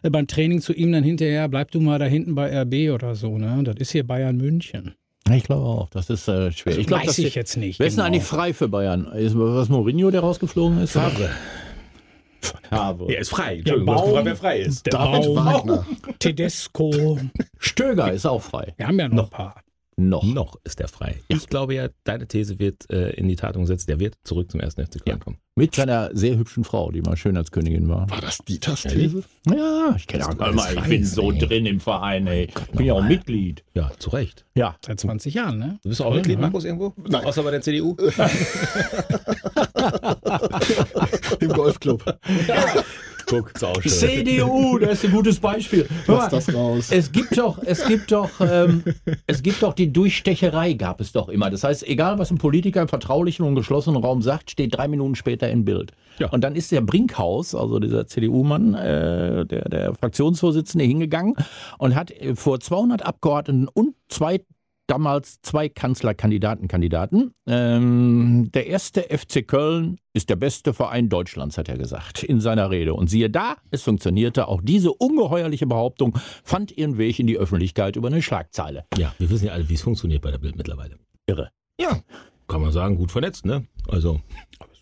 Speaker 3: äh, beim Training zu ihm dann hinterher, bleib du mal da hinten bei RB oder so, ne? Das ist hier Bayern München.
Speaker 1: Ich glaube auch, das ist äh, schwer. ich glaube,
Speaker 3: Weiß
Speaker 1: das
Speaker 3: ich
Speaker 1: ist-
Speaker 3: jetzt nicht.
Speaker 1: Wer ist denn
Speaker 3: genau.
Speaker 1: eigentlich frei für Bayern? Ist was Mourinho, der rausgeflogen ist? Favre. Favre.
Speaker 2: ist frei.
Speaker 3: Der
Speaker 2: Entschuldigung, du hast
Speaker 3: Baum,
Speaker 2: gefragt, wer frei ist.
Speaker 3: Der
Speaker 4: David
Speaker 3: Baum,
Speaker 4: Wagner.
Speaker 3: Tedesco.
Speaker 1: Stöger ist auch frei.
Speaker 3: Wir haben ja noch, ein paar.
Speaker 1: Noch.
Speaker 2: Noch ist er frei. Ich glaube ja, deine These wird äh, in die Tat umgesetzt. Der wird zurück zum 1. FC Köln
Speaker 1: Ja.
Speaker 2: kommen.
Speaker 1: Mit seiner sehr hübschen Frau, die mal Schönheitskönigin war.
Speaker 4: War das Dieters
Speaker 2: Ehrlich?
Speaker 4: These?
Speaker 1: Ja, ich kenne
Speaker 2: Das
Speaker 1: auch mal. Ich
Speaker 2: weiß
Speaker 1: bin
Speaker 2: ich
Speaker 1: so
Speaker 2: nicht.
Speaker 1: drin im Verein, ey. Ich bin
Speaker 2: noch
Speaker 1: ja auch
Speaker 2: mal.
Speaker 1: Mitglied.
Speaker 2: Ja, zu Recht.
Speaker 1: Ja.
Speaker 3: Seit 20 Jahren, ne?
Speaker 2: Du bist auch
Speaker 3: Toll,
Speaker 2: Mitglied,
Speaker 3: ne?
Speaker 2: Markus, irgendwo?
Speaker 4: Nein.
Speaker 2: Außer bei der CDU?
Speaker 1: <laughs>
Speaker 4: Im Golfclub.
Speaker 2: Guck, ist auch schön.
Speaker 1: CDU, das ist ein gutes Beispiel. Hör mal,
Speaker 4: Lass das raus.
Speaker 1: Es gibt doch, es gibt doch, ähm, es gibt doch die Durchstecherei, gab es doch immer. Das heißt, egal was ein Politiker im vertraulichen und geschlossenen Raum sagt, steht drei Minuten später im Bild.
Speaker 2: Ja.
Speaker 1: Und dann ist der Brinkhaus, also dieser CDU-Mann, äh, der, der Fraktionsvorsitzende, hingegangen und hat äh, vor 200 Abgeordneten und zwei damals zwei Kanzlerkandidaten, Kandidaten. Ähm, der erste FC Köln ist der beste Verein Deutschlands, hat er gesagt in seiner Rede. Und siehe da, es funktionierte. Auch diese ungeheuerliche Behauptung fand ihren Weg in die Öffentlichkeit über eine Schlagzeile.
Speaker 2: Ja, wir wissen ja alle, wie es funktioniert bei der Bild mittlerweile.
Speaker 1: Irre.
Speaker 2: Ja. Kann man sagen, gut vernetzt, ne? Also,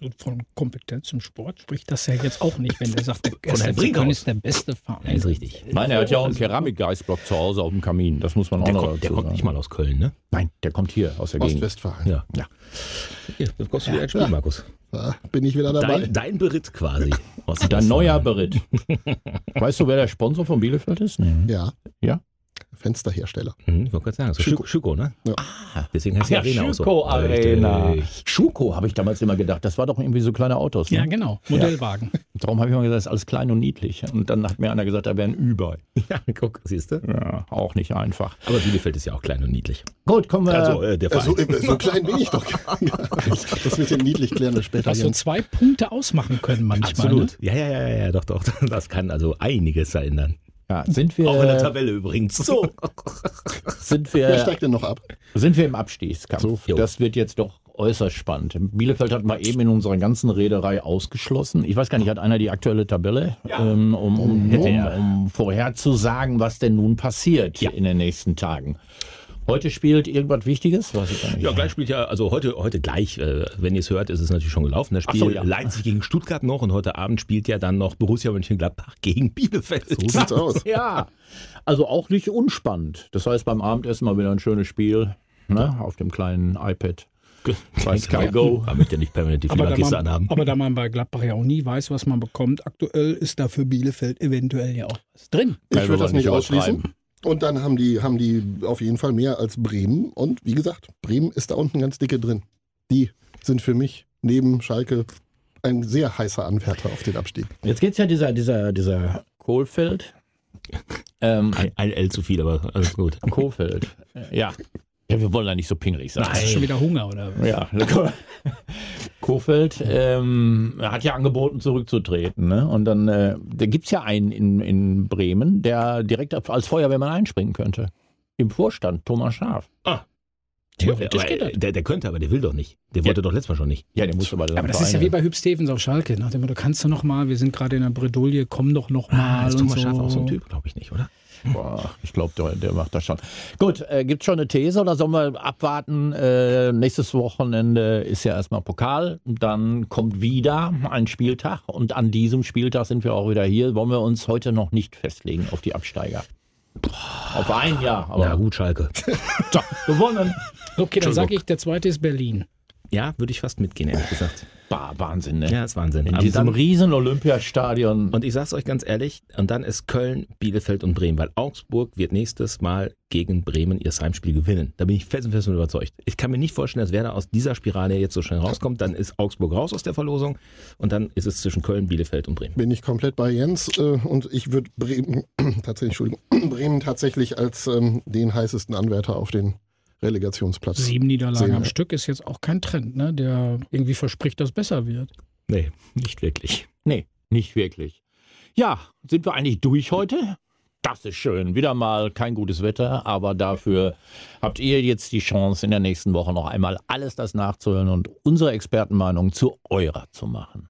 Speaker 3: So von Kompetenz im Sport spricht das ja jetzt auch nicht, wenn der
Speaker 2: <laughs>
Speaker 3: sagt, der
Speaker 2: Herrn Also,
Speaker 3: erste
Speaker 2: Brinkhaus.
Speaker 3: Köln ist der beste Verein.
Speaker 2: ja, ist richtig.
Speaker 1: Ich meine, er hat ja auch einen Keramikgeistblock zu Hause auf dem Kamin. Das muss man auch
Speaker 2: Der
Speaker 1: noch
Speaker 2: kommt, der
Speaker 1: dazu
Speaker 2: kommt
Speaker 1: sagen.
Speaker 2: nicht mal aus Köln, ne?
Speaker 1: Nein, der kommt hier aus der Gegend.
Speaker 4: Ostwestfalen.
Speaker 2: Ja.
Speaker 1: Ja.
Speaker 2: Hier, das kostet dir ein Spiel, Markus.
Speaker 4: Da bin ich wieder dabei.
Speaker 2: Dein, dein Beritt quasi. Aus <laughs>
Speaker 1: Dein neuer Beritt. Weißt du, wer der Sponsor von Bielefeld ist? Nee.
Speaker 4: Ja.
Speaker 1: Ja?
Speaker 4: Fensterhersteller.
Speaker 2: Hm, ich wollte gerade sagen, so
Speaker 4: Schüko.
Speaker 2: Schüko, Schüko ne?
Speaker 4: Ja.
Speaker 2: Deswegen heißt die
Speaker 1: Ja,
Speaker 2: Arena auch so.
Speaker 1: Schuko Arena.
Speaker 2: Richtig.
Speaker 1: Schuko habe ich damals immer gedacht. Das war doch irgendwie so kleine Autos. Ne?
Speaker 3: Ja, genau. Modellwagen.
Speaker 1: Darum habe ich immer gesagt, das ist alles klein und niedlich. Und dann hat mir einer gesagt, da wären Über.
Speaker 2: <laughs> Ja, guck, siehst du?
Speaker 1: Ja, auch nicht einfach.
Speaker 2: Aber Bielefeld ist ja auch klein und niedlich.
Speaker 1: Gut, kommen wir.
Speaker 2: Also äh, der Verein.
Speaker 4: Also, äh, so klein bin ich doch. gar
Speaker 1: <laughs>
Speaker 4: nicht. das mit dem niedlich klären wir später.
Speaker 3: Was so
Speaker 4: Jens.
Speaker 3: zwei Punkte ausmachen können manchmal. Ne?
Speaker 2: Absolut. Ja, ja, ja, ja, ja, doch, doch. <laughs> Das kann also einiges verändern.
Speaker 1: ja, sind wir,
Speaker 2: Auch in der Tabelle übrigens. So.
Speaker 1: sind
Speaker 4: Wer
Speaker 1: wir,
Speaker 4: steigt denn noch ab?
Speaker 1: sind wir im Abstiegskampf.
Speaker 2: jo.
Speaker 1: das wird jetzt doch äußerst spannend. Bielefeld hat mal eben in unserer ganzen Rederei ausgeschlossen. Ich weiß gar nicht, hat einer die aktuelle Tabelle, ähm, um, um,
Speaker 2: Hätte
Speaker 1: um,
Speaker 2: er.
Speaker 1: um vorherzusagen, was denn nun passiert in den nächsten Tagen. Heute spielt irgendwas Wichtiges? Weiß ich gar
Speaker 2: <laughs>
Speaker 1: nicht.
Speaker 2: <laughs> Ja, gleich spielt ja, also heute, heute gleich, äh, wenn ihr es hört, ist es natürlich schon gelaufen. Das
Speaker 1: Ach
Speaker 2: Spiel
Speaker 1: so, ja.
Speaker 2: Leipzig gegen Stuttgart noch und heute Abend spielt ja dann noch Borussia Mönchengladbach gegen Bielefeld. So
Speaker 4: sieht's aus.
Speaker 1: Ja, also auch nicht unspannend. Das heißt, beim Abendessen mal wieder ein schönes Spiel ne? auf dem kleinen iPad. Bei Sky Go.
Speaker 2: Damit ihr nicht permanent die
Speaker 3: Aber,
Speaker 2: Fieberkiste
Speaker 3: da
Speaker 2: anhaben.
Speaker 3: man, aber da man bei Gladbach ja auch nie weiß, was man bekommt, aktuell ist da für Bielefeld eventuell ja auch was drin.
Speaker 4: Ich
Speaker 1: Also
Speaker 4: würde das
Speaker 1: wollen
Speaker 4: nicht
Speaker 1: nicht
Speaker 4: ausschließen. Und dann haben die, haben die auf jeden Fall mehr als Bremen. Und wie gesagt, Bremen ist da unten ganz dicke drin. Die sind für mich neben Schalke ein sehr heißer Anwärter auf den Abstieg.
Speaker 1: Jetzt geht's ja dieser, dieser, dieser Kohlfeld. <laughs> Ähm,
Speaker 2: Ein, ein L zu viel, aber alles gut.
Speaker 1: Kohfeld. Ja. Ja, wir wollen da nicht so pingelig sein.
Speaker 3: Hast du schon wieder Hunger oder was?
Speaker 1: Ja, <laughs> Kofeld ähm, hat ja angeboten, zurückzutreten. Ne? Und dann äh, da gibt es ja einen in, in Bremen, der direkt ab- als Feuerwehrmann einspringen könnte. Im Vorstand, Thomas Schaf.
Speaker 3: Theoretisch
Speaker 2: aber,
Speaker 3: geht das.
Speaker 2: der, der könnte, aber der will doch nicht. Der wollte doch letztes Mal schon nicht.
Speaker 1: Ja, der muss aber.
Speaker 3: Aber das ist ja wie bei Hüb Stevens auf Schalke. Nach dem Motto, kannst du noch mal, wir sind gerade in der Bredouille, komm doch noch mal.
Speaker 2: Ah, ist
Speaker 3: Ah, und
Speaker 2: Thomas
Speaker 3: so.
Speaker 2: Schaaf auch so ein Typ, glaube ich nicht, oder?
Speaker 1: Boah, ich glaube, der, der macht das schon. Gut, äh, gibt schon eine These oder sollen wir abwarten? Äh, nächstes Wochenende ist ja erstmal Pokal, dann kommt wieder ein Spieltag und an diesem Spieltag sind wir auch wieder hier. Wollen wir uns heute noch nicht festlegen auf die Absteiger? Auf ein Jahr, aber <laughs>
Speaker 2: Ja, gut, Schalke.
Speaker 1: so, gewonnen.
Speaker 3: Okay, dann sage ich, der zweite ist Berlin.
Speaker 2: <laughs> Ja, würde ich fast mitgehen, ehrlich gesagt.
Speaker 1: Bah, Wahnsinn, ne?
Speaker 2: Ja, ist Wahnsinn.
Speaker 1: In
Speaker 2: Aber
Speaker 1: diesem
Speaker 2: dann-
Speaker 1: riesen Olympiastadion.
Speaker 2: Und ich sag's euch ganz ehrlich, und dann ist Köln, Bielefeld und Bremen, weil Augsburg wird nächstes Mal gegen Bremen ihr Heimspiel gewinnen. Da bin ich fest und fest von überzeugt. Ich kann mir nicht vorstellen, dass Werder aus dieser Spirale jetzt so schnell rauskommt. Dann ist Augsburg raus aus der Verlosung und dann ist es zwischen Köln, Bielefeld und Bremen.
Speaker 4: Bin ich komplett bei Jens äh, und ich würde Bremen <clears throat> tatsächlich, Entschuldigung, Bremen tatsächlich als ähm, den heißesten Anwärter auf den Relegationsplatz.
Speaker 3: Sieben Niederlagen
Speaker 4: Sehen
Speaker 3: am
Speaker 4: wir.
Speaker 3: Stück ist jetzt auch kein Trend, ne? der irgendwie verspricht, dass besser wird.
Speaker 2: Nee, nicht wirklich.
Speaker 1: Nee, nicht wirklich. Ja, sind wir eigentlich durch heute? Das ist schön. Wieder mal kein gutes Wetter, aber dafür habt ihr jetzt die Chance, in der nächsten Woche noch einmal alles das nachzuhören und unsere Expertenmeinung zu eurer zu machen.